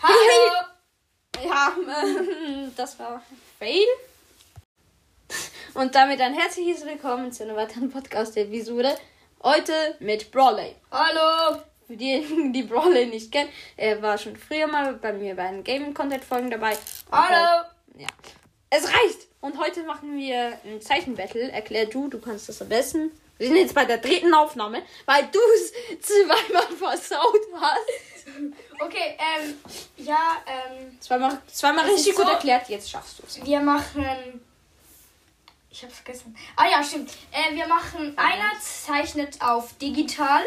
Hallo! Ja, ähm, das war Fail. Und damit ein herzliches Willkommen zu einer weiteren Podcast-Episode. Heute mit Brawley. Hallo! Für diejenigen, die Brawley nicht kennen, er war schon früher mal bei mir bei den Gaming-Content-Folgen dabei. Und Hallo! Ja. Es reicht! Und heute machen wir ein Zeichenbattle. Erklär du, du kannst das am besten. Wir sind jetzt bei der dritten Aufnahme, weil du es zweimal versaut hast. Okay, ähm, ja, ähm, Zweimal, zweimal Es ist richtig gut so- erklärt, jetzt schaffst du es. wir machen. Ich hab's vergessen. Ah ja, stimmt. Äh, wir machen. Einer zeichnet auf digital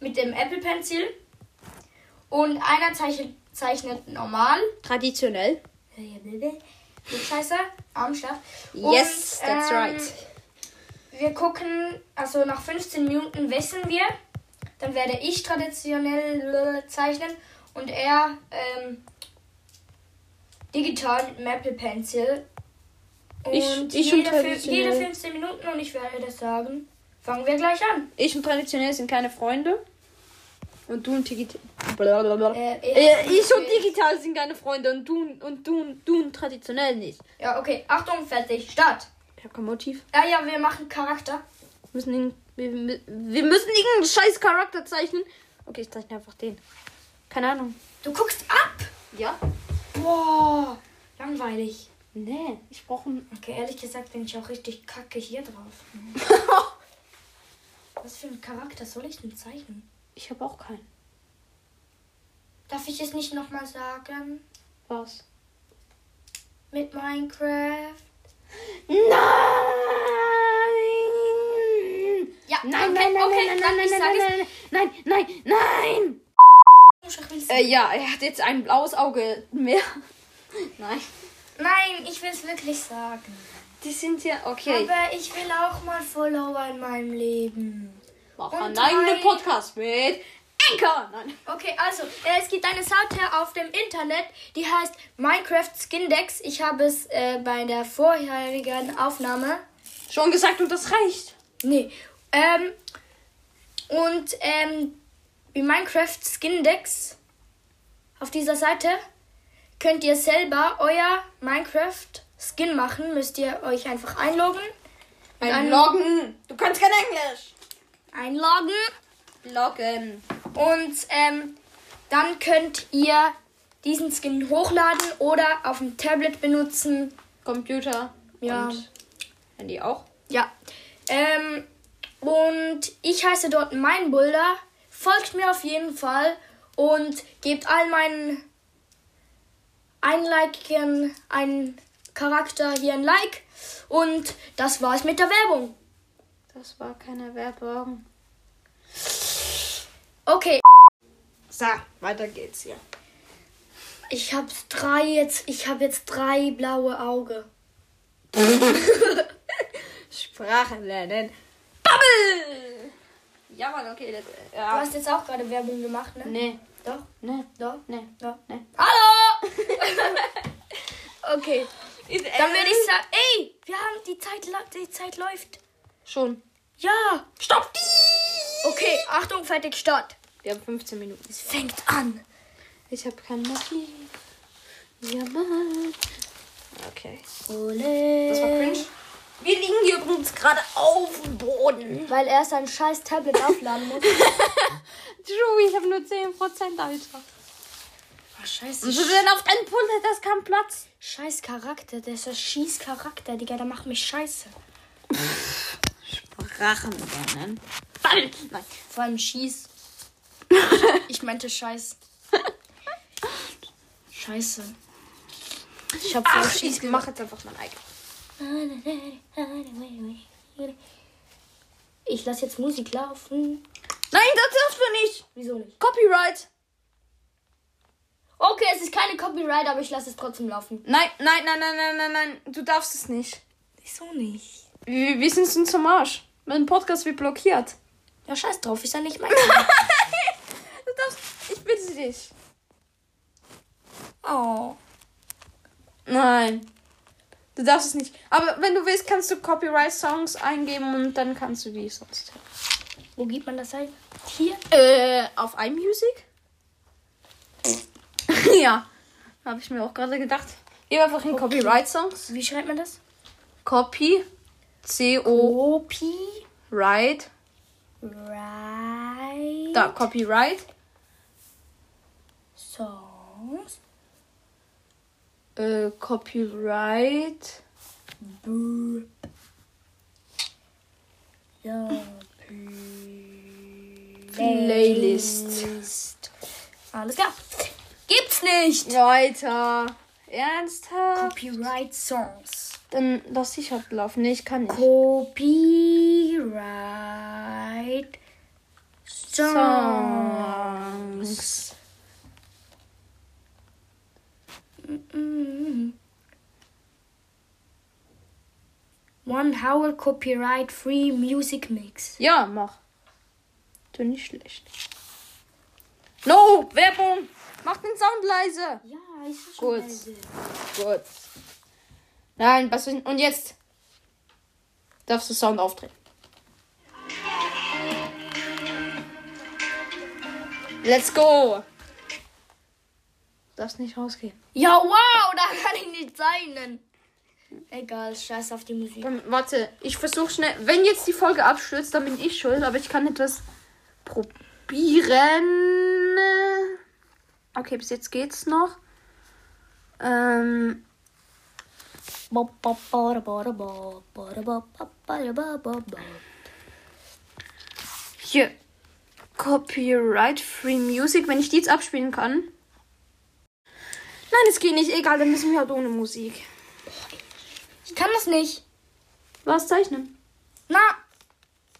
mit dem Apple Pencil. Und einer zeichnet, zeichnet normal. Traditionell. Die Äh, Scheiße, Armschlaf. ähm, Yes, that's right. Wir gucken, also nach 15 Minuten wissen wir. Dann werde ich traditionell äh, zeichnen und er ähm, digital mit dem Apple Pencil. Und Ich- ich und jede, fün- traditionell. jede 15 Minuten und ich werde das sagen. Fangen wir gleich an. Ich und traditionell sind keine Freunde. Und du und digital. Blablabla. Äh, Äh, ich und digital sind keine Freunde und du und- und du und du und traditionell nicht. Ja, okay. Achtung, fertig. Start. Ich hab kein Motiv. Ja, ja, wir machen Charakter. Wir müssen, ihn, wir, wir- wir müssen irgendeinen scheiß Charakter zeichnen. Okay, ich zeichne einfach den. Keine Ahnung. Du guckst ab. Ja? Boah, langweilig. Nee, ich brauche einen. Okay, ehrlich gesagt bin ich auch richtig kacke hier drauf. Was für ein Charakter soll ich denn zeichnen? Ich habe auch keinen. Darf ich es nicht nochmal sagen? Was? Mit Minecraft? Nein! Ja, Nein, okay, nein, nein, okay, nein, dann nein, ich nein, sag es. nein, nein, nein, nein, nein, nein! Ich will's- Äh, ja, er hat jetzt ein blaues Auge mehr. Nein. Nein, ich will es wirklich sagen. Die sind ja. Okay. Aber ich will auch mal Follower in meinem Leben. Mach und einen eigenen drei- Podcast mit Anker. Nein. Okay, also, äh, es gibt eine Soundcloud auf dem Internet, die heißt Minecraft Skindex. Ich habe es äh, bei der vorherigen Aufnahme Schon gesagt und das reicht. Nee. Ähm, und ähm, wie Minecraft Skindex auf dieser Seite könnt ihr selber euer Minecraft Skin machen. Müsst ihr euch einfach einloggen. Ein- Einloggen. Du kannst kein Englisch. Einloggen. Loggen. Und ähm, dann könnt ihr diesen Skin hochladen oder auf dem Tablet benutzen. Computer. Ja. Und Handy auch. Ja. Ähm, und ich heiße dort Mein Boulder. Folgt mir auf jeden Fall und gebt all meinen Einliken, einen Charakter hier ein Like. Und das war's mit der Werbung. Das war keine Werbung. Okay, So, weiter geht's hier. ich habe drei jetzt. Ich habe jetzt drei blaue Augen. Sprache lernen. Bubble! Ja, Mann, okay. Das, Du ja. hast jetzt auch gerade Werbung gemacht, ne? Nee, Doch, nee, doch, nee, doch. nee. Hallo! okay, dann Dann würde ich sagen, ey, wir haben die Zeit, la- die Zeit läuft. Schon. Ja. Stopp die! Okay, Achtung, fertig, Start. Wir haben 15 Minuten. Es fängt an. Ich habe kein Motiv. Ja, Mann. Okay. Ole. Das war cringe. Wir liegen hier übrigens gerade auf dem Boden. Weil er sein scheiß Tablet aufladen muss. True, ich habe nur 10% Alter. Oh, scheiße. Und so denn auf deinem Pult hat das keinen Platz. Scheiß Charakter, der ist ein schieß Charakter, Digga, der macht mich scheiße. Rachen lernen. Ball! Nein. Vor allem schieß. ich meinte scheiß. Scheiße. Ich hab voll Ach, schieß ich gemacht. mach jetzt einfach mein eigenes. Ich lass jetzt Musik laufen. Nein, das dürfen wir nicht. Wieso nicht? Copyright. Okay, es ist keine Copyright, aber ich lasse es trotzdem laufen. Nein, nein, nein, nein, nein, nein, nein. Du darfst es nicht. Wieso nicht? Wir, wir sind uns am Arsch. Mein Podcast wird blockiert. Ja, scheiß drauf, ist ja nicht mein. Du darfst. Ich bitte dich. oh. Nein. Du darfst es nicht. Aber wenn du willst, kannst du Copyright-Songs eingeben und dann kannst du die sonst. Wo gibt man das ein? Hier? Äh, auf iMusic? ja. Habe ich mir auch gerade gedacht. Geh einfach in Copyright Songs. Wie schreibt man das? Copy. C-O. Copy. Right. Right. Da, Copyright. Songs. Äh, Copyright. Burp. So. Playlist. Playlist. Alles klar. Gibt's nicht. Leute. Ernsthaft? Copyright Songs. Dann lass ich ablaufen. Nee, ich kann nicht. Copyright Songs. Mm. One hour copyright free music mix. Ja, mach. Du nicht schlecht. No, Werbung. Mach den Sound leise. Ja, ist Gut. Gut. Nein, was und jetzt darfst du Sound aufdrehen. Let's go. Darfst nicht rausgehen. Ja, wow, da kann ich nicht sein. Egal, scheiß auf die Musik. Ähm, warte, ich versuche schnell. Wenn jetzt die Folge abstürzt, dann bin ich schuld, aber ich kann etwas probieren. Okay, bis jetzt geht's noch. Ähm, hier. Copyright Free Music, wenn ich die jetzt abspielen kann. Nein, es geht nicht. Egal, dann müssen wir halt ohne Musik. Ich kann das nicht. Was zeichnen? Na.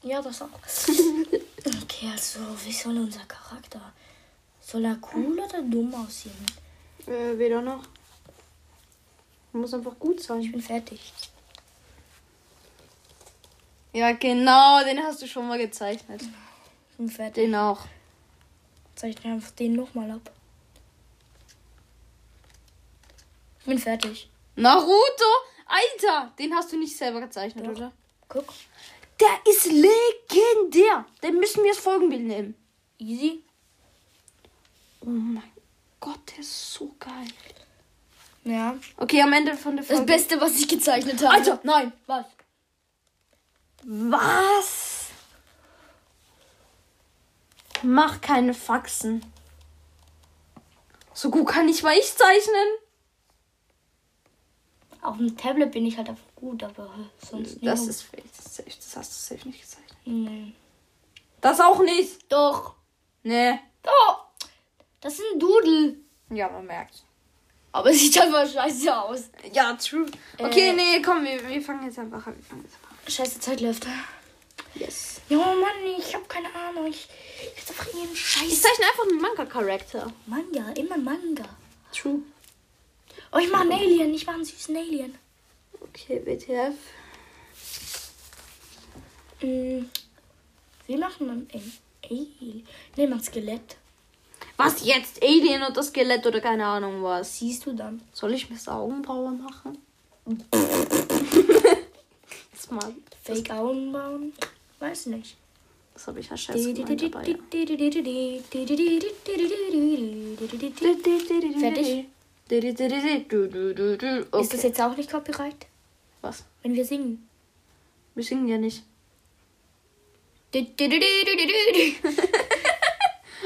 Ja, das auch. okay, also, wie soll unser Charakter? Soll er cool oder dumm aussehen? Äh, weder noch. Muss einfach gut Ich sein. bin fertig. Ja, genau, den hast du schon mal gezeichnet. Ich bin fertig. Den auch. Zeichne einfach den nochmal ab. Ich bin fertig. Naruto? Alter, den hast du nicht selber gezeichnet, Doch. oder? Guck. Der ist legendär. Den müssen wir als Folgenbild nehmen. Easy. Oh mein Gott, der ist so geil. Ja. Okay, am Ende von der Das Folge. Beste, was ich gezeichnet habe. Alter, nein. was? Was? Mach keine Faxen. So gut kann nicht mal ich zeichnen. Auf dem Tablet bin ich halt einfach gut, aber sonst Das nicht. ist fake. Das, ist safe. das hast du safe nicht gezeichnet. Nee. Das auch nicht. Doch. Nee. Doch. Das ist ein Doodle. Ja, man merkt. Aber es sieht einfach scheiße aus. Ja, true. Okay, Äh. nee, komm, wir, wir fangen jetzt einfach an. Wir fangen jetzt einfach an. Scheiße Zeit läuft. Yes. Ja, Mann, ich hab keine Ahnung. Ich jetzt einfach irgendeinen Ich Scheiß. zeichne einfach einen Manga-Charakter. Manga, immer Manga. True. Oh, ich mach einen Alien. Ich mach einen süßen Alien. Okay, WTF. Mhm. Wir machen einen Al- Alien. Nee, mach ein Skelett. Was jetzt? Alien oder Skelett oder keine Ahnung was? Siehst du dann? Soll ich mir das Augenbraue machen? das mal. Fake Augen bauen? Weiß nicht. Das habe ich ja scheiße gemeint, aber ja. Ist Fertig? Du, du, du, du. Okay. das jetzt auch nicht Copyright? Was? Wenn wir singen. Wir singen ja nicht.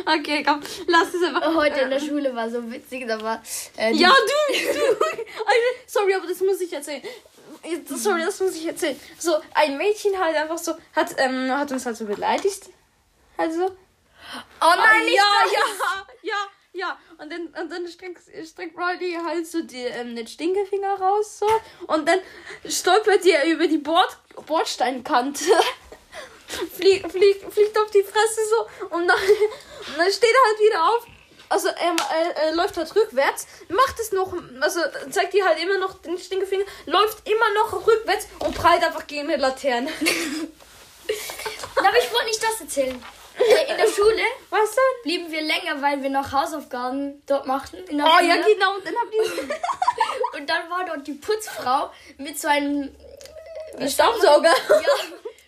Okay, komm, lass es einfach. Oh, Heute in der Schule war so witzig, da war. Äh, Ja, du, du. Alter, sorry, aber das muss ich erzählen. Jetzt- Sorry, das muss ich erzählen. So, ein Mädchen halt einfach so, hat, ähm, hat uns halt so beleidigt. Also. Oh nein, Nein, nicht ja, das! ja, ja, ja. Und dann, und dann streckt, streckt Riley halt so die, ähm, den Stinkefinger raus. So. Und dann stolpert ihr über die Bord, Bordsteinkante. fliegt, fliegt, fliegt auf die Fresse so. Und dann, und dann steht er halt wieder auf. Also er, äh, äh, läuft halt rückwärts, macht es noch, also zeigt ihr halt immer noch den Stinkefinger, läuft immer noch rückwärts und prallt einfach gegen eine Laterne. Na, Aber ich wollte nicht das erzählen. Äh, In der Schule Was denn? blieben wir länger, weil wir noch Hausaufgaben dort machten. In der Oh Schule. ja, genau. Und dann habt ihr Und dann war dort die Putzfrau mit so einem einen Staubsauger. ja,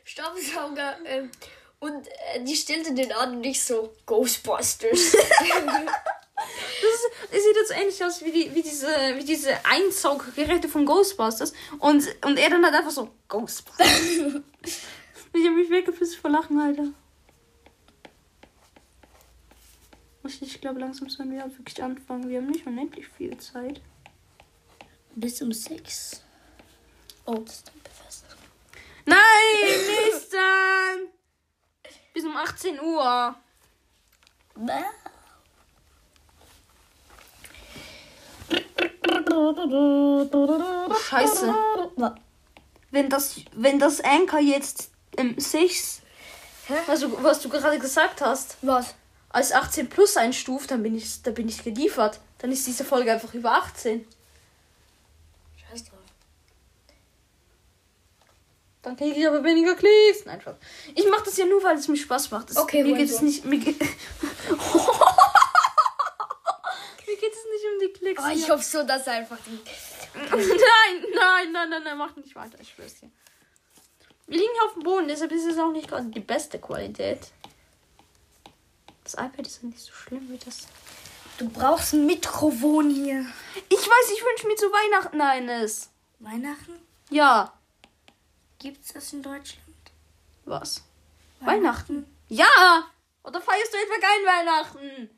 Staubsauger ähm, und äh, die stellte den an und ich so Ghostbusters. Das ist, ist ihr dazu ähnlich aus wie, die, wie diese, wie diese Einsauggeräte von Ghostbusters. Und, und er dann halt einfach so, Ghostbusters. ich habe mich weggefisst vor Lachen, Alter. Ich, ich glaube, langsam sollen wir auch wirklich anfangen. Wir haben nicht unendlich viel Zeit. Bis um sechs. Oh, das ist fest. Nein, nicht dann! Bis um 18 Uhr. Scheiße. Wenn das, wenn das Anker jetzt ähm, im 6, Hä? was du, was du gerade gesagt hast, Was? als 18 plus einstuft, dann bin ich, dann bin ich geliefert. Dann ist diese Folge einfach über 18. Scheiß drauf. Dann kriege ich aber weniger Klicks. Nein, Spaß. Ich mache das ja nur, weil es mir Spaß macht. Das, Okay, mir Wendy. geht es nicht. Mir, ge mir geht es nicht um die Klicks. Oh, ich mir- hoffe so, dass er einfach die. nein, nein, nein, nein, nein, mach nicht weiter, ich schwör's dir. Wir liegen auf dem Boden, deshalb ist es auch nicht gerade die beste Qualität. Das iPad ist ja nicht so schlimm wie das. Du brauchst ein Mikrofon hier. Ich weiß, ich wünsche mir zu Weihnachten eines. Weihnachten? Ja. Gibt's das in Deutschland? Was? Weihnachten? Ja! Oder feierst du etwa kein Weihnachten?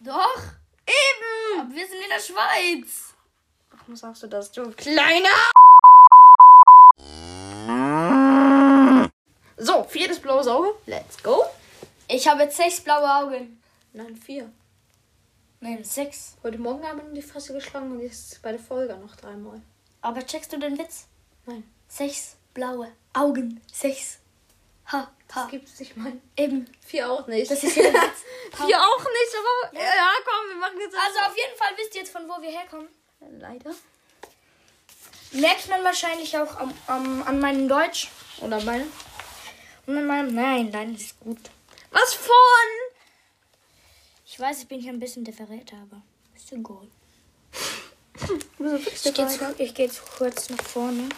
Doch. Eben! Aber wir sind in der Schweiz. Warum sagst du das, du kleiner? So, viertes blaues Auge. Let's go. Ich habe jetzt sechs blaue Augen. Nein, vier. Nein, sechs. Heute Morgen haben wir um die Fresse geschlagen und jetzt bei der Folge noch dreimal. Aber checkst du den Witz? Nein, Sechs blaue Augen. Sechs. Ha, das ha. gibt's nicht mal. Eben. Vier auch nicht. Das ist jeder Witz. vier auch nicht, aber ja, komm, wir machen jetzt Also auf jeden Fall wisst ihr jetzt, von wo wir herkommen. leider Merkt man wahrscheinlich auch am, am, an meinem Deutsch. oder meine. Und an meinem. Nein, nein, das ist gut. Was von? Ich weiß, ich bin hier ein bisschen different, aber ist egal. Ich gehe Wieso jetzt, ich geh jetzt kurz nach vorne.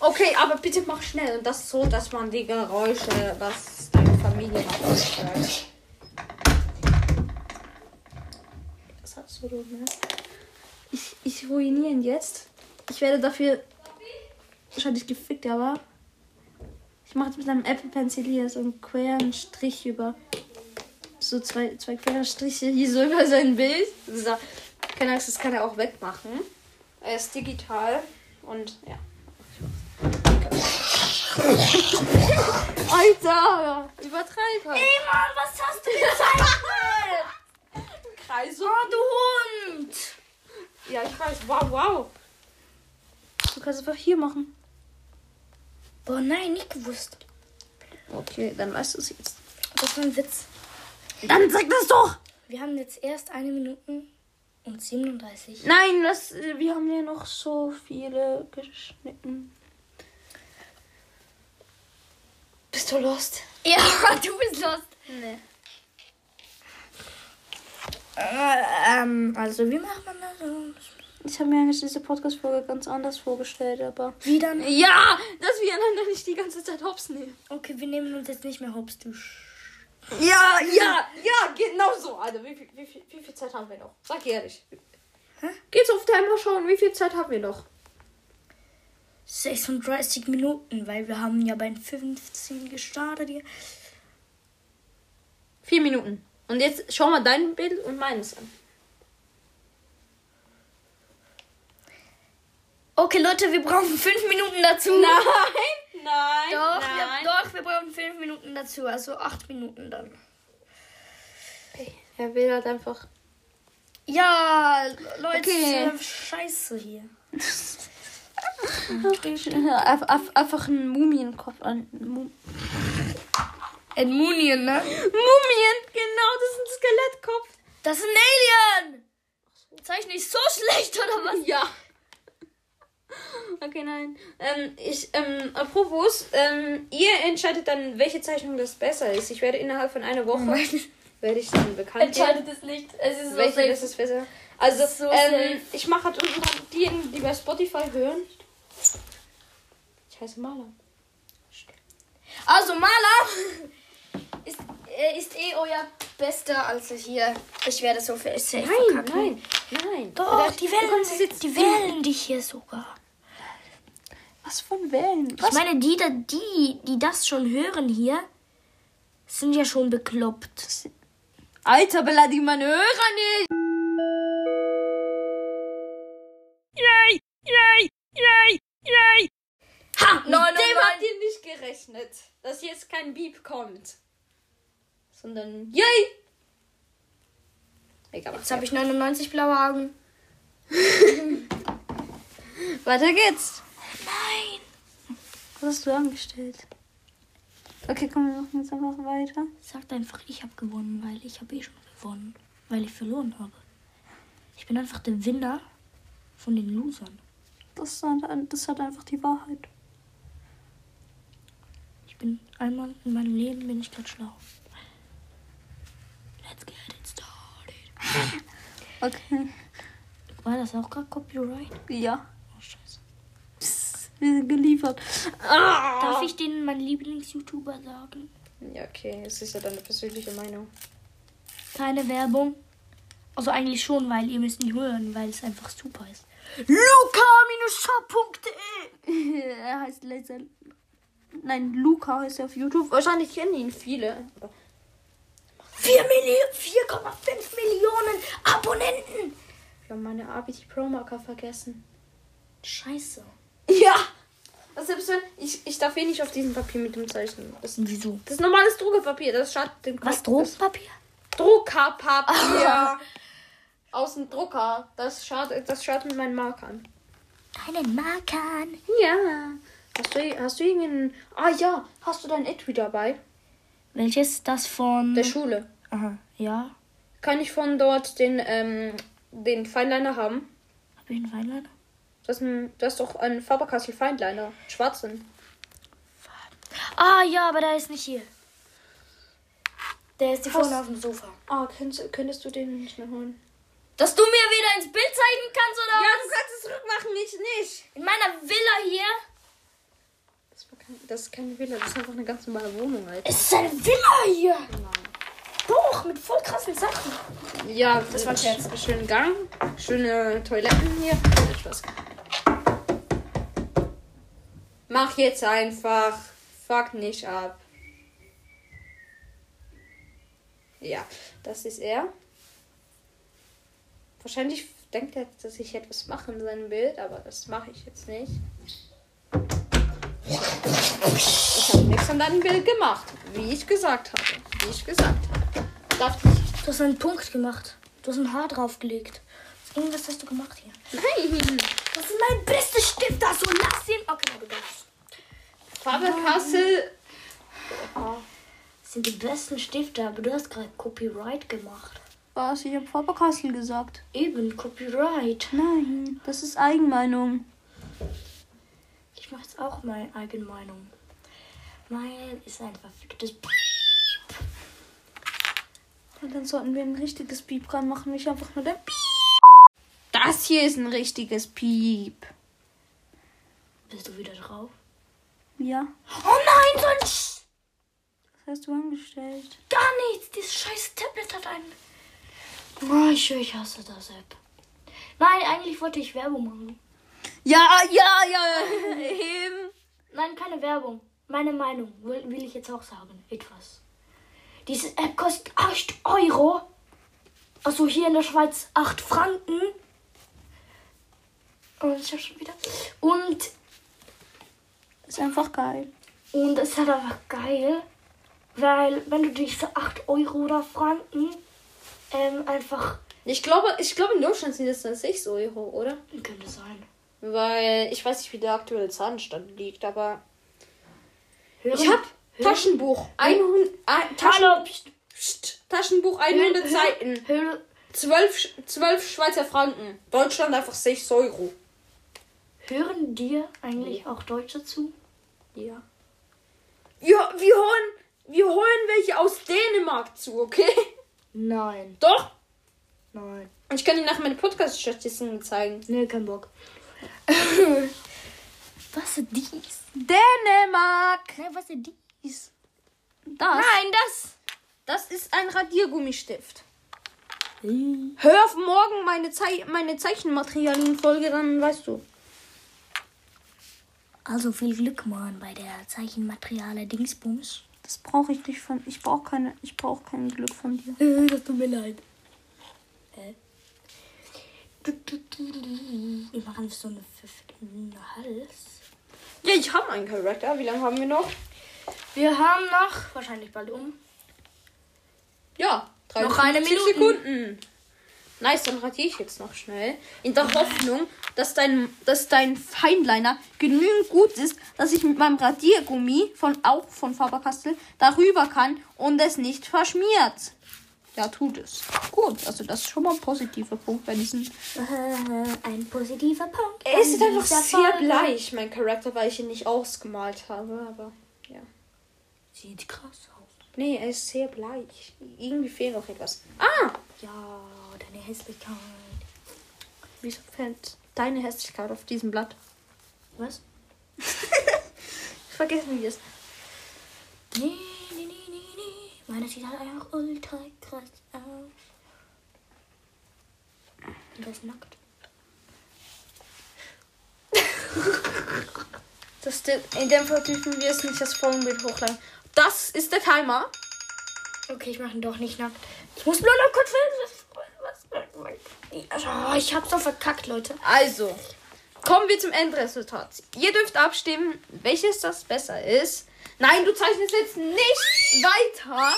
Okay, aber bitte mach schnell und das so, dass man die Geräusche, was deine Familie macht, nicht hört. Das hat so dumm, ne? Ich, ich ruiniere ihn jetzt. Ich werde dafür wahrscheinlich gefickt, aber ich mache jetzt mit einem Apple Pencil hier so einen queren Strich über. So zwei, zwei quere Striche hier so über sein Bild. So. Keine Angst, das kann er auch wegmachen. Er ist digital und ja. Alter, übertreib halt. Hey Mann, was hast du gezeichnet? Kreise. oh, du Hund! Ja, ich weiß. Wow, wow. Du kannst einfach hier machen. Boah, nein, nicht gewusst. Okay, dann weißt du es jetzt. Das war ein Witz. Dann sag das doch! Wir haben jetzt erst eine Minute und 37. Nein, das, äh, wir haben ja noch so viele geschnitten. Bist du lost? Ja, du bist lost. Nee. Äh, ähm, also, wie macht man das? Ich habe mir eigentlich diese Podcast-Folge ganz anders vorgestellt, aber. Wie dann? Ja! Dass wir einander nicht die ganze Zeit hops nehmen. Okay, wir nehmen uns jetzt nicht mehr Hops, du Sch Ja, ja, ja, genau so. Alter, wie, viel- wie, viel- wie viel Zeit haben wir noch? Sag ehrlich. Geht's auf Timer schauen, wie viel Zeit haben wir noch? 36 Minuten, weil wir haben ja bei 15 gestartet. hier. Vier Minuten. Und jetzt schau mal dein Bild und meines an. Okay, Leute, wir brauchen 5 Minuten dazu. Nein, nein, Doch, wir, doch, wir brauchen 5 Minuten dazu, also 8 Minuten dann. Er will halt einfach. Ja, Leute, Okay. okay. scheiße hier. Einfach einen Mumienkopf an. Ein Mumien, ne? Mumien, genau, das ist ein Skelettkopf. Das ist ein Alien! Zeichne ich so schlecht, oder was? Ja. Okay, nein. Ähm, ich, ähm, apropos, ähm, ihr entscheidet dann, welche Zeichnung das besser ist. Ich werde innerhalb von einer Woche, werde ich dann bekannt geben, es nicht. Es ist welche das ist besser. Also, ist so ähm, ich mache halt unten dran diejenigen, die bei Spotify hören. Ich heiße Maler. Also, Maler, Ist, äh, ist eh euer bester, also hier. Ich werde so für safe Nein, verkacken. nein, nein. Doch, die wählen, kannst es jetzt- die wählen dich hier sogar. Was von Wellen? Ich Was? meine, die, da- die, die das schon hören hier, sind ja schon bekloppt. Alter, beleidigt meine Hörer nicht. Ha! Nein, nein, Dem habt nein. ihr nicht gerechnet, dass jetzt kein Beep kommt. Sondern, yay! Egal, Jetzt habe ich 99 blaue Augen. Weiter geht's. Nein. Was hast du angestellt? Okay, komm, wir machen jetzt einfach weiter. Sagt einfach, ich habe gewonnen, weil ich habe eh schon gewonnen. Weil ich verloren habe. Ich bin einfach der Winner von den Losern. Das ist, halt- das ist halt einfach die Wahrheit. Ich bin einmal in meinem Leben bin ich gerade schlau. Let's get it started. Okay. War das auch gerade Copyright? Ja. Oh, scheiße. Psst, wir sind geliefert. Ah! Darf ich denen meinen Lieblings-YouTuber sagen? Ja, okay. Es ist ja deine persönliche Meinung. Keine Werbung. Also eigentlich schon, weil ihr müsst ihn hören, weil es einfach super ist. luca-shop.de er heißt Laser. Nein, Luca heißt er auf YouTube. Wahrscheinlich kennen ihn viele. 4 Millionen, 4,5 Millionen Abonnenten. Wir haben meine ABT Pro Marker vergessen. Scheiße. Ja! Was selbst wenn. Ich, ich darf eh nicht auf diesem Papier mit dem Zeichen. Das, Und wieso? das ist normales Druckerpapier. Das schadet dem Kopf. Was, Drogenpapier? Druckerpapier. Aus dem Drucker. Das schadet, das schadet mit meinen Markern. Einen Markern. Ja. Hast du, hast du irgendeinen. Ah ja, hast du dein Etui dabei? Welches? Das von... Der Schule. Aha, ja. Kann ich von dort den, ähm, den Feinliner haben? Hab ich einen Weinlein? Das ist, ein, das ist doch ein Faber-Castell Feinliner. Schwarzen. Ah, ja, aber der ist nicht hier. Der ist hier Was? vorne auf dem Sofa. Ah, könntest, könntest du den nicht mehr holen? Dass du mir wieder ins Bild zeigen kannst, oder was? kannst es rückmachen, ich nicht. In meiner Villa hier. Das, war kein, das ist keine Villa, das ist einfach eine ganz normale Wohnung, halt. Alter. Es ist eine Villa hier. Doch, mit voll krassen Sachen. Ja, das war jetzt ein schöner Gang. Schöne Toiletten hier. Viel Spaß. Mach jetzt einfach. Fuck nicht ab. Ja, das ist er. Wahrscheinlich denkt er, dass ich etwas mache in seinem Bild, aber das mache ich jetzt nicht. Ich habe nichts an deinem Bild gemacht, wie ich gesagt habe. Wie ich gesagt habe. Darf nicht Du hast einen Punkt gemacht. Du hast ein Haar draufgelegt. Irgendwas hast du gemacht hier. Nein! Das ist mein bester Stift, da so lass ihn. Okay, na, du darfst. Faber-Castell. Das sind die besten Stifte, aber du hast gerade Copyright gemacht. Was? Ich habe Faber-Castell gesagt. Eben, Copyright. Nein, das ist Eigenmeinung. Ich mache jetzt auch meine eigene Meinung. Weil ist ein verficktes. Und dann sollten wir ein richtiges Piep ranmachen, nicht einfach nur der Piep. Das hier ist ein richtiges Piep. Bist du wieder drauf? Ja, Oh nein, so ein Sch was hast du angestellt? Gar nichts! Dieses scheiß Tablet hat einen. Boah, ich schwör, ich hasse das App. Nein, eigentlich wollte ich Werbung machen. Ja, ja, ja. Eben. Nein, keine Werbung. Meine Meinung will, will ich jetzt auch sagen. Etwas. Diese App kostet 8 Euro. Also hier in der Schweiz 8 Franken. Und ich hab schon wieder. Und, Ist einfach geil. und es ist halt einfach geil. Weil wenn du diese 8 Euro oder Franken ähm, einfach. Ich glaube, ich glaube in Deutschland sind das dann 6 Euro, oder? Könnte sein. Weil ich weiß nicht, wie der aktuelle Zahnstand liegt, aber. Hören- Ich hab hören- Taschenbuch. 100, ein- Taschen, Hallo, pst, Psst, Taschenbuch 100 Hören- Seiten. hören- 12, Sch- 12 Schweizer Franken. Deutschland einfach 6 Euro. hören dir eigentlich auch Deutsche zu? Ja. Ja, wir holen, wir holen welche aus Dänemark zu, okay? Nein, Doch. nein. Ich kann dir nachher meine Podcast-Statistiken zeigen. Nee, kein Bock. was ist dies? Dänemark. Nein, was ist dies? Das, Nein, das. das ist ein Radiergummistift. Hör auf morgen meine, Zei meine Zeichenmaterialien-Folge, dann weißt du. Also viel Glück, Mann, bei der Zeichenmateriale Dingsbums. Das brauche ich nicht von. Ich brauche keine. Ich brauche kein Glück von dir. Äh, das tut mir leid. Hä? Wir machen so einen verfickten Hals. Ja, ich habe einen Charakter. Wie lange haben wir noch? Wir haben noch, wahrscheinlich bald um, Ja, Noch eine 53 Minute. Sekunden. Nice, dann ratiere ich jetzt noch schnell. In der Hoffnung, dass dein, dass dein Feinliner genügend gut ist, dass ich mit meinem Radiergummi von auch von Faber-Castell darüber kann und es nicht verschmiert. Ja, tut es. Gut, also das ist schon mal ein positiver Punkt bei diesen. Äh, ein positiver Punkt. Er ist von einfach dieser sehr Folge. bleich, mein Charakter, weil ich ihn nicht ausgemalt habe, aber ja. Sieht krass aus. Nee, er ist sehr bleich. Irgendwie fehlt noch etwas. Ah! Ja, deine Hässlichkeit. Wieso fällt deine Hässlichkeit auf diesem Blatt? Was? Vergessen wir es. Nee, nee, nee, nee, nee. Meine sieht halt einfach ultra krass aus. Und das ist nackt. Das, in dem Fall dürfen wir es nicht das Folgenbild hochladen. Das ist der Timer. Okay, ich mache ihn doch nicht nackt. Ich muss nur noch kurz was, was, was, oh, Ich hab's doch verkackt, Leute. Also, kommen wir zum Endresultat. Ihr dürft abstimmen, welches das besser ist. Nein, du zeichnest jetzt nicht weiter.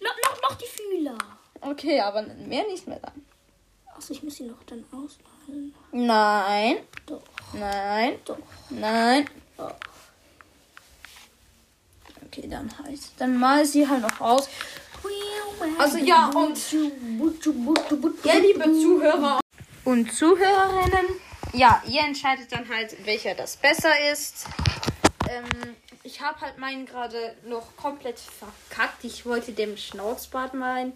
Noch, noch, noch die Fühler. Okay, aber mehr nicht mehr dann. Achso, ich muss sie noch dann ausmalen. Nein, Doch, nein, doch. nein. Oh. Okay, dann halt. Dann mal sie halt noch aus. Also ja, und Ja, liebe Zuhörer und Zuhörerinnen, ja, ihr entscheidet dann halt, welcher das besser ist. Ähm, ich habe halt meinen gerade noch komplett verkackt. Ich wollte dem Schnauzbart malen.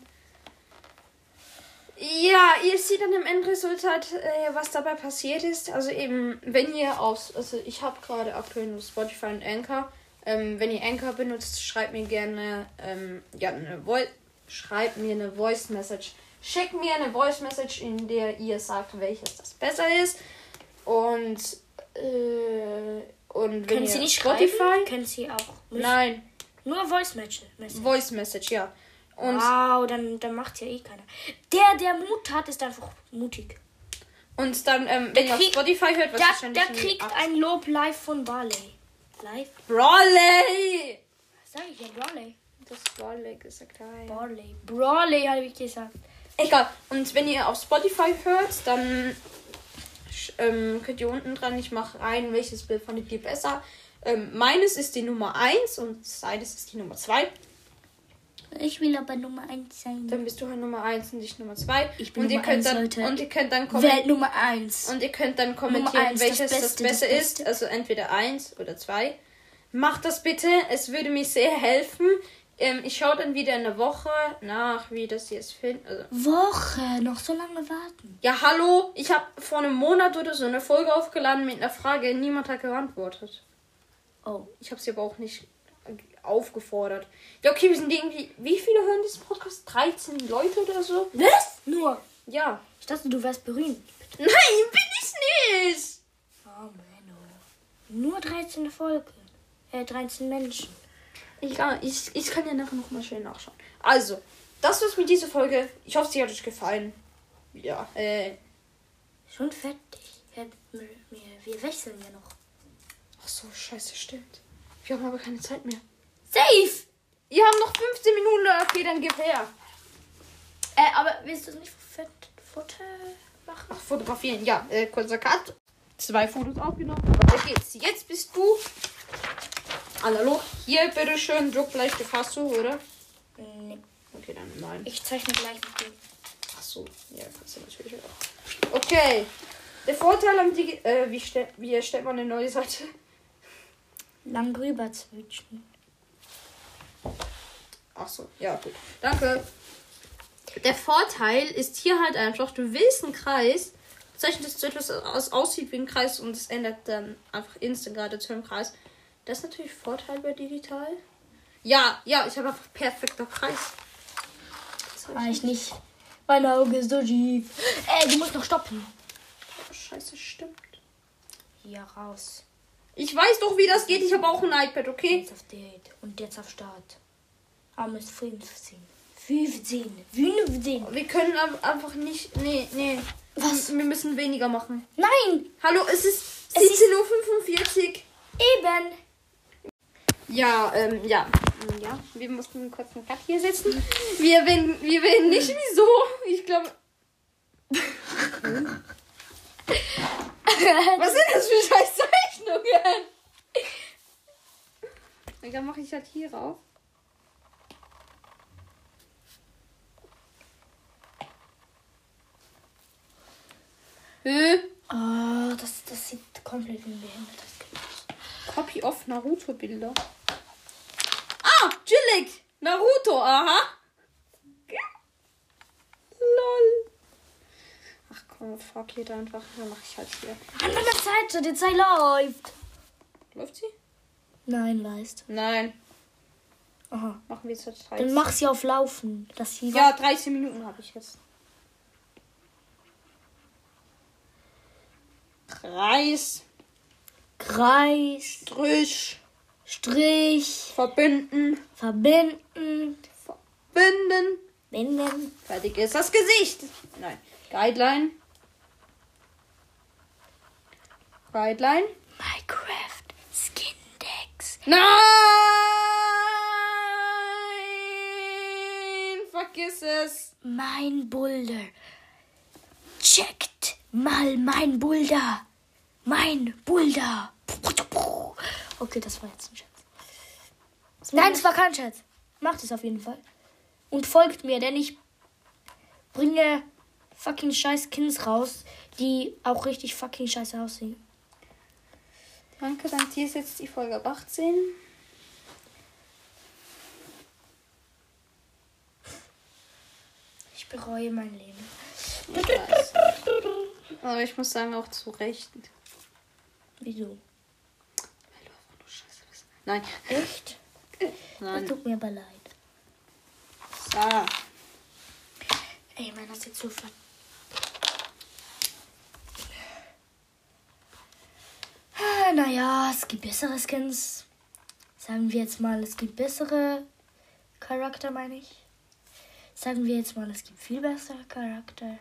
Ja, ihr seht dann im Endresultat, äh, was dabei passiert ist. Also eben, wenn ihr aus, also ich habe gerade aktuell nur Spotify und Anchor. Ähm, wenn ihr Anchor benutzt, schreibt mir gerne, ähm, ja, eine Vo schreibt mir eine Voice Message. Schickt mir eine Voice Message, in der ihr sagt, welches das besser ist. Und, äh, und wenn Können ihr sie nicht Spotify, schreiben? Können sie auch. nicht. Nein, Nur Voice Match. Voice Message, ja. Und, Wow, dann, dann macht's ja eh keiner. Der, der Mut hat, ist einfach mutig. und dann, ähm, wenn ihr auf kriegt- Spotify hört, was Der, wahrscheinlich der in kriegt acht- ein Lob live von Barley. Live? Broly! Was sag ich ja? Barley. Das Broly gesagt, nein. Barley. Brawley, habe ich gesagt. Egal. Und wenn ihr auf Spotify hört, dann sch- ähm, könnt ihr unten dran, ich mache rein, welches Bild fandet ihr besser. Ähm, meines ist die Nummer 1 und seines ist die Nummer 2. Ich will aber Nummer 1 sein. Dann bist du halt Nummer 1 und ich Nummer 2. Ich bin und ihr Nummer könnt eins, dann, Leute. Und ihr könnt dann kommentieren. Welt Nummer 1. Und ihr könnt dann Nummer kommentieren, eins, das welches das, Beste, das Beste ist. Beste. Also entweder eins oder zwei. Macht das bitte, es würde mir sehr helfen. Ähm, ich schaue dann wieder in der Woche nach, wie das jetzt findet. Also, Woche, noch so lange warten. ja, hallo, ich habe vor einem Monat oder so eine Folge aufgeladen mit einer Frage, niemand hat geantwortet. Oh, Ich habe sie aber auch nicht aufgefordert. Ja, okay, wir sind irgendwie. Wie viele hören diesen Podcast? 13 Leute oder so? Was? Nur. Ja. Ich dachte, du wärst berühmt. Nein, bin ich nicht! oh Menno. Nur 13 Folgen. Äh, 13 Menschen. Egal, ich, ich kann ja nachher nochmal schnell nachschauen. Also, das war's mit dieser Folge. Ich hoffe, sie hat euch gefallen. Ja, äh. Schon fertig. Herr Müll- Wir wir wechseln ja noch. Ach so, scheiße, stimmt. Wir haben aber keine Zeit mehr. Safe! Ihr haben noch 15 Minuten, okay, dann gib her. Äh, aber willst du es nicht für Foto machen? Ach, fotografieren, ja, äh, kurzer Cut. Zwei Fotos aufgenommen. Weiter geht's. Jetzt bist du analog. Hier, bitteschön, Druckbleistift hast du, oder? Nee. Okay, dann nein. Ich zeichne gleich mit dem. Ach so, ja, kannst du natürlich auch. Okay. Der Vorteil am Digi... Äh, wie, ste wie erstellt man eine neue Seite? Lang rüber zwitschen. Ach so, ja, gut. Danke. Der Vorteil ist hier halt einfach, du willst einen Kreis, zeichnest so etwas, was aussieht wie ein Kreis und es ändert dann einfach instant gerade zu einem Kreis. Das ist natürlich Vorteil bei digital. Ja, ja, ich habe einfach perfekter Preis. War ich nicht. Mein Auge ist so schief. Ey, du musst noch stoppen. Oh, scheiße, stimmt. Hier raus. Ich weiß doch, wie das geht. Ich habe auch ein iPad, okay? Jetzt auf Date. Und jetzt auf Start. Aber mit 15. 15. 15. Wir können ab- einfach nicht. Nee, nee. Was? Wir müssen weniger machen. Nein, Hallo, es ist Es ist- 17.45 Uhr. eben. Ja, ähm, ja. Mhm. Ja, wir mussten kurz einen Cut hier setzen. Wir werden, wir werden nicht wieso. Ich glaube. Was sind das für scheiß Zeichnungen? Und dann mache ich halt hier rauf. Hö, Oh, das, das sieht komplett wie ein Behinderter aus. Copy of Naruto-Bilder. Ah, Jillik! Naruto, aha! Lol. Ach komm, fuck it einfach. Dann mach ich halt hier. An der Seite, die Zeit läuft. Läuft sie? Nein, leist. Nein. Aha. Machen wir jetzt halt Dann 30. mach sie auf Laufen. Das hier Ja, 13 Minuten habe ich jetzt. 30. Kreis, Strich, Verbinden. verbinden, Verbinden. binden. Fertig ist das Gesicht. Nein. Guideline. Guideline. Minecraft, Skindex. Nein! Vergiss es. Mein Boulder. Checkt mal mein Boulder. Mein Boulder. Okay, das war jetzt ein Scherz. Nein, das war kein Scherz. Macht es auf jeden Fall. Und folgt mir, denn ich bringe fucking scheiß Skins raus, die auch richtig fucking scheiße aussehen. Danke, dann hier ist jetzt die Folge ab 18. Ich bereue mein Leben. Oh, Ich weiß. Aber ich muss sagen, auch zu Recht. Wieso? Weil du einfach nur scheiße bist. Nein, Echt? Das nein. tut mir aber leid. Ah. Ey, meiner sieht so ver... Ah, Naja, es gibt bessere Skins. Sagen wir jetzt mal, es gibt bessere Charakter, meine ich. Sagen wir jetzt mal, es gibt viel bessere Charakter.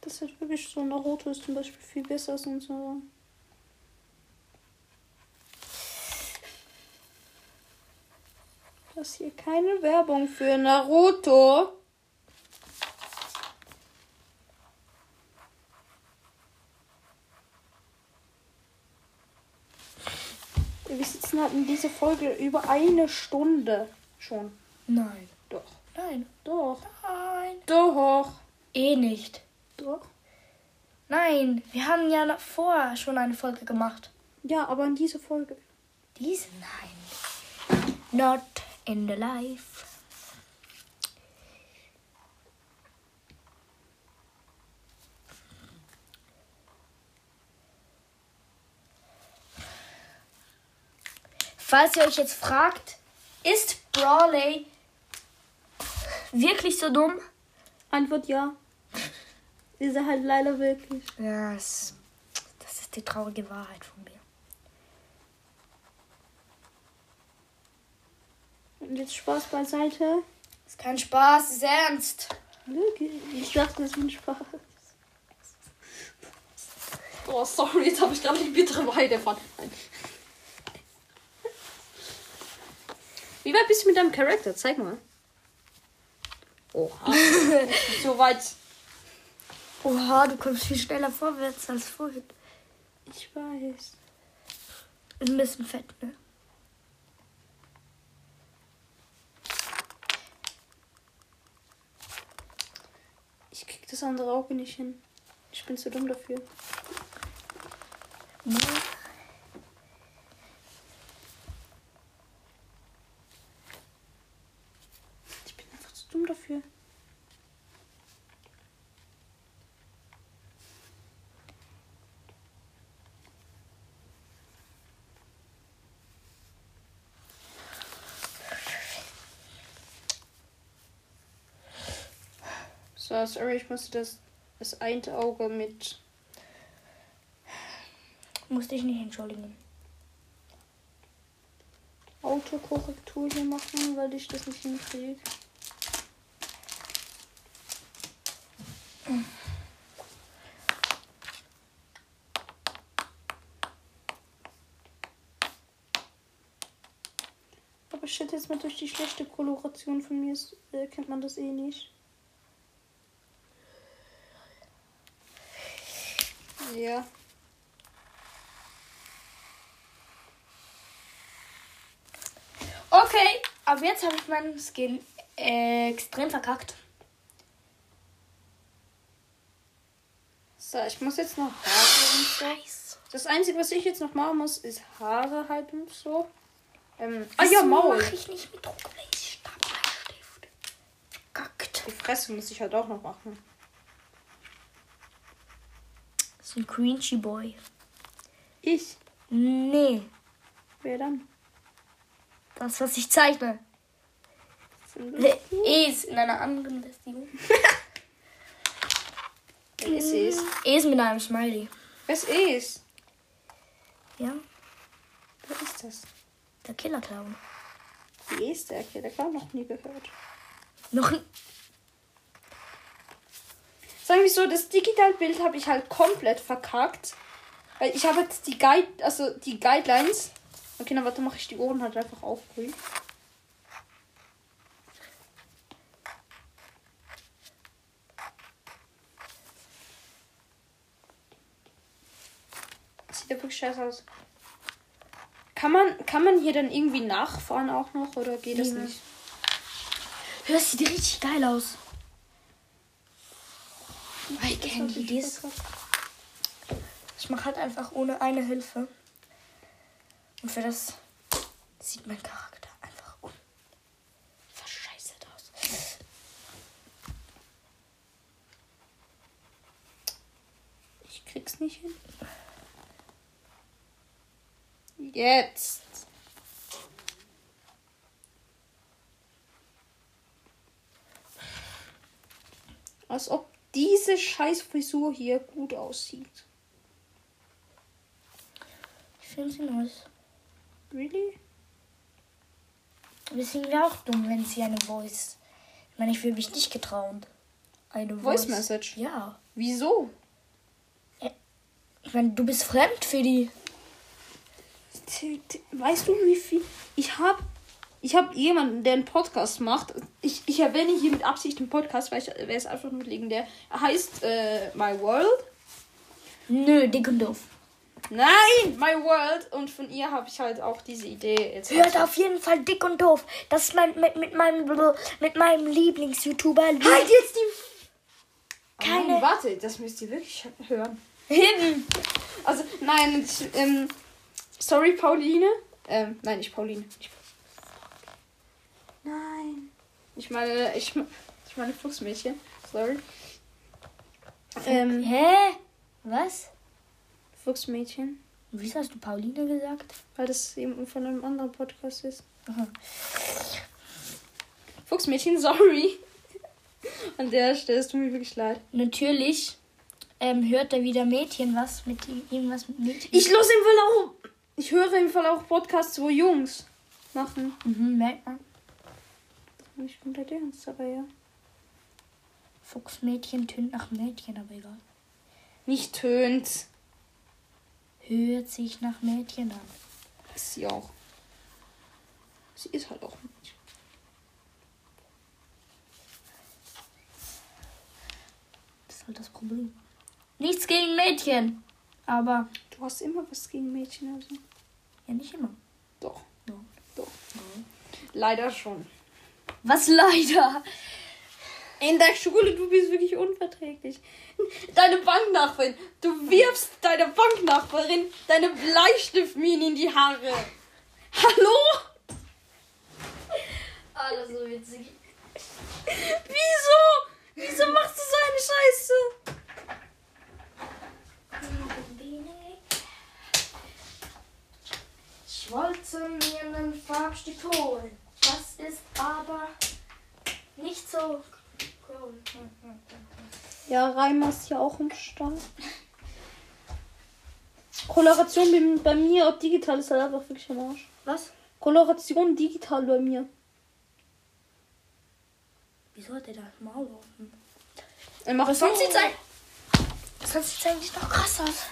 Das wird wirklich so. Naruto ist zum Beispiel viel besser als unsere. Das hier keine Werbung für Naruto. Wir sitzen halt in dieser Folge über eine Stunde schon. Nein. Doch. Nein. Doch. Nein. Doch. Eh nicht. Doch. Nein, wir haben ja noch vorher schon eine Folge gemacht. Ja, aber in dieser Folge. Diese? Nein. Not in the life. Falls ihr euch jetzt fragt, ist Brawley wirklich so dumm? Antwort ja. Ist er halt leider wirklich. Ja, es- das ist die traurige Wahrheit von mir. Und jetzt Spaß beiseite. Ist kein Spaß, ist ernst. Ich dachte, das ist ein Spaß. Oh, sorry, jetzt habe ich gerade die bittere Wahrheit erfahren. Nein. Wie weit bist du mit deinem Charakter? Zeig mal. Oha. so weit. Oha, du kommst viel schneller vorwärts als vorhin. Ich weiß. Ist ein bisschen fett, ne? Ich krieg das andere Auge nicht hin. Ich bin zu dumm dafür. Ich bin einfach zu dumm dafür. So, sorry, ich musste das, das eine Auge mit. Musste ich nicht entschuldigen. Autokorrektur hier machen, weil ich das nicht hinkriege. Aber shit, jetzt mal durch die schlechte Koloration von mir ist, äh, kennt man das eh nicht. Ja. Okay, aber jetzt habe ich meinen Skin äh, extrem verkackt. So, ich muss jetzt noch Haare und so. Das Einzige, was ich jetzt noch machen muss, ist Haare halt und so. Ähm, ah ja, Wieso Maul. mache ich nicht mit Druckblech. Stammstift. Verkackt. Die Fresse muss ich halt auch noch machen. Das ist ein Cringy Boy. Ich? Nee, Wer dann? das, was ich zeichne, Ist in einer anderen Version. Es ist. ist mit einem Smiley. Was ist? Ja, Wer ist das? der Killer-Clown. Wie ist der hier? Der hat noch nie gehört. Noch Sagen wir so, das Digitalbild habe ich halt komplett verkackt. Weil ich habe jetzt die Guide, also die Guidelines. Okay, na warte, mache ich die Ohren halt einfach auf grün. Sieht ja wirklich scheiße aus. Kann man, kann man hier dann irgendwie nachfahren auch noch oder geht das Nee. nicht? Hörst sieht richtig geil aus. I can't do this. Ich mache halt einfach ohne eine Hilfe. Und für das sieht mein Charakter einfach unverscheißert aus. Ich krieg's nicht hin. Jetzt. Als ob diese scheiß Frisur hier gut aussieht. Ich finde sie nice. Really? Aber es wäre auch dumm, wenn sie eine Voice. Ich meine, ich will mich nicht getrauen. Eine Voice. Voice Message. Ja. Wieso? Ich meine, du bist fremd für die. T- t- Weißt du, wie viel. Ich hab. Ich hab jemanden, der einen Podcast macht. Ich, ich erwähne hier mit Absicht einen Podcast, weil ich, weil es einfach nur legendär. Er heißt äh, My World. Nö, dick und doof. Nein, My World. Und von ihr habe ich halt auch diese Idee. Jetzt Hört auf jeden Fall dick und doof. Das ist mein, mit, mit meinem, mit meinem Lieblings-YouTuber. Halt jetzt die... Keine- Oh Nein, warte, das müsst ihr wirklich hören. Hin! Also, nein, ich, ähm, sorry, Pauline. Ähm, nein, nicht Pauline. Ich, nein. Ich meine, ich, ich meine Fuchsmädchen. Sorry. Ähm, Hä? Was? Fuchsmädchen. Wieso hast du Pauline gesagt? Weil das eben von einem anderen Podcast ist. Aha. Fuchsmädchen, sorry. An der Stelle, es tut mir wirklich leid. Natürlich ähm, hört er wieder Mädchen was mit ihm- irgendwas mit Mädchen. Ich los im Fall auch. Ich höre im Fall auch Podcasts, wo Jungs machen. Mhm, merkt man. Nicht komplett ernst, aber ja. Fuchsmädchen tönt nach Mädchen, aber egal. Nicht tönt. Hört sich nach Mädchen an. Ist sie auch. Sie ist halt auch ein Mädchen. Das ist halt das Problem. Nichts gegen Mädchen. Aber. Du hast immer was gegen Mädchen, also. Ja, nicht immer. Doch. Ja. Doch. Leider schon. Was leider. In der Schule, du bist wirklich unverträglich. Deine Banknachbarin. Du wirfst deiner Banknachbarin deine Bleistiftminen in die Haare. Hallo? Ah, das ist so witzig. Wieso? Wieso machst du so eine Scheiße? Ich wollte mir einen Farbstift holen. Das ist aber nicht so groß. Ja, Reimer ist ja auch im Start. Koloration bei, bei mir, ob digital ist halt einfach wirklich im Arsch. Was? Koloration digital bei mir. Wieso hat der da das Maul offen? Er macht Was sonst sieht's ein? Sonst sieht es eigentlich noch krass aus.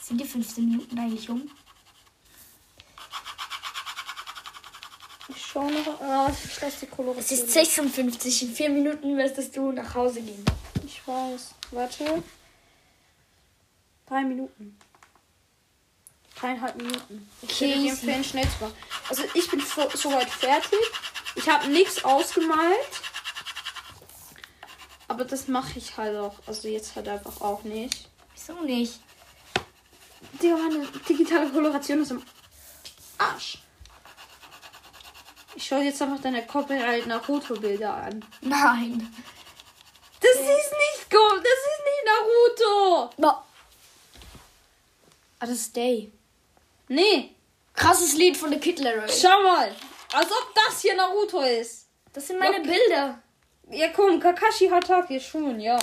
Sind die 15 Minuten eigentlich um? Ich schau noch. Ah, ich lasse die Koloration. Es ist 56. In vier Minuten müsstest du nach Hause gehen. Ich weiß. Warte. Drei Minuten. Dreieinhalb Minuten. Ich würde dir empfehlen, schnell zu machen. Also ich bin vo- soweit fertig. Ich habe nichts ausgemalt. Aber das mache ich halt auch. Also jetzt halt einfach auch nicht. Wieso nicht? Digga, meine digitale Koloration ist im Arsch. Ich schaue jetzt einfach deine Copyright Naruto-Bilder an. Nein. Das ist nicht Go, das ist nicht Naruto. Boah. Ah, das ist Day. Nee, Krasses Lied von The Kid Laroi. schau mal. Als ob das hier Naruto ist. Das sind meine Bilder. Ja, komm, Kakashi Hatake schon, ja.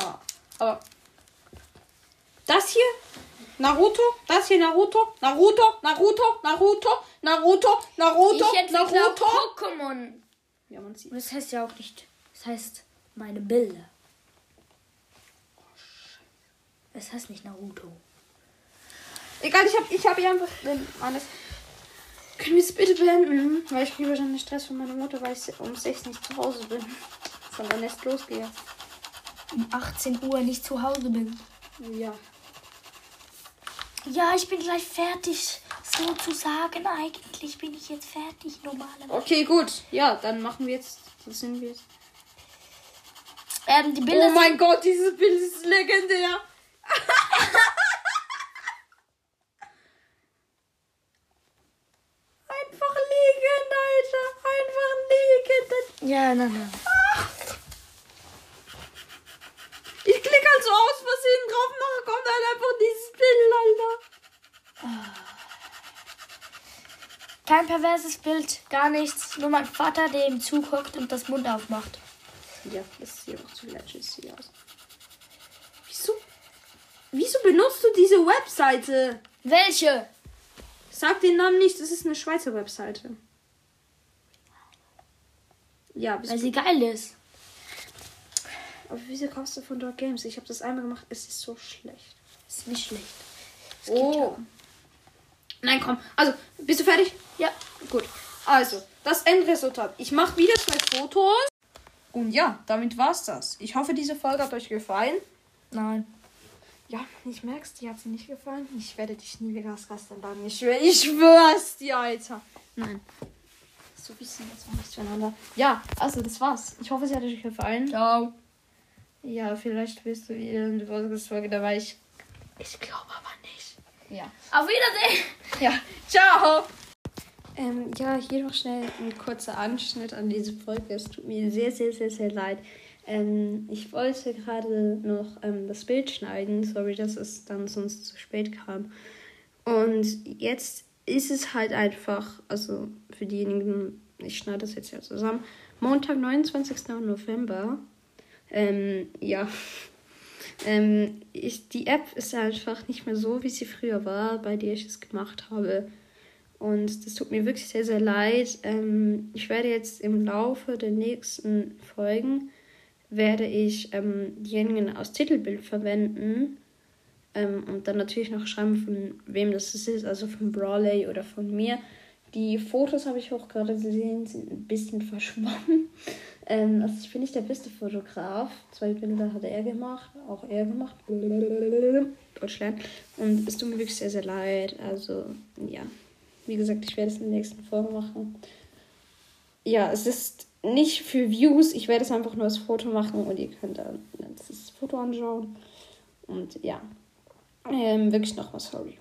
Aber das hier Naruto, das hier Naruto, Naruto, Naruto, Naruto, Naruto, Naruto, Ich entwickle Naruto. Pokémon. Ja, man sieht. Das heißt ja auch nicht. Das heißt meine Bilder. Das heißt nicht Naruto. Egal, ich hab, ich hab hier einfach den alles. Können wir es bitte beenden? Mhm, Weil ich kriege wahrscheinlich Stress von meiner Mutter, weil ich um 6 nicht zu Hause bin. Von der Nest losgehe. Um 18 Uhr nicht zu Hause bin. Ja. Ja, ich bin gleich fertig. Sozusagen eigentlich bin ich jetzt fertig normalerweise. Okay, gut. Ja, dann machen wir jetzt. Wo sind wir jetzt? Ähm, die Bilder Oh mein Gott, dieses Bild ist legendär. Einfach liegen, Alter. Einfach liegen. Das- sind... Ja, nein, nein. Ich klicke also aus Versehen drauf, nachher kommt halt einfach dieses Bild, Alter. Kein perverses Bild, gar nichts. Nur mein Vater, der ihm zuguckt und das Mund aufmacht. Ja, das sieht auch zu lächerlich aus. Wieso? Wieso benutzt du diese Webseite? Welche? Sag den Namen nicht, das ist eine Schweizer Webseite. Ja, bist Weil sie geil ist. Aber wieso kaufst du von dort Games? Ich habe das einmal gemacht, es ist so schlecht. Ist nicht schlecht. Oh. Nein, komm. Also, bist du fertig? Ja. Gut. Also, das Endresultat. Ich mache wieder zwei Fotos. Und ja, damit war's das. Ich hoffe, diese Folge hat euch gefallen. Nein. Ja, ich merk's, dir hat's nicht gefallen. Ich werde dich nie wieder als Gast einladen. Ich, schwör, ich schwör's dir, Alter. Nein. So bisschen jetzt auch nichts zueinander. Ja, also das war's. Ich hoffe, es hat euch gefallen. Ciao. Ja, vielleicht bist du in der Podcast-Folge dabei. Ich, ich glaube aber nicht. Ja. Auf Wiedersehen. Ja, ciao! Ähm, ja, hier noch schnell ein kurzer Anschnitt an diese Folge. Es tut mir sehr, sehr, sehr, sehr leid. Ähm, ich wollte gerade noch ähm, das Bild schneiden. Sorry, dass es dann sonst zu spät kam. Und jetzt ist es halt einfach, also für diejenigen, ich schneide das jetzt ja zusammen, Montag, 29. November. Ähm, ja. Ähm, ich, die App ist einfach nicht mehr so, wie sie früher war, bei der ich es gemacht habe. Und das tut mir wirklich sehr, sehr leid. Ähm, ich werde jetzt im Laufe der nächsten Folgen werde ich ähm, diejenigen aus Titelbild verwenden ähm, und dann natürlich noch schreiben, von wem das ist, also von Brawley oder von mir. Die Fotos habe ich auch gerade gesehen, sind ein bisschen verschwommen. Ähm, also ich bin nicht der beste Fotograf. Zwei Bilder hat er gemacht, auch er gemacht. Deutsch lernen. Und es tut mir wirklich sehr, sehr leid. Also ja, wie gesagt, ich werde es in der nächsten Folge machen. Ja, es ist nicht für Views. Ich werde es einfach nur als Foto machen und ihr könnt dann das Foto anschauen. Und ja, ähm, wirklich nochmal sorry.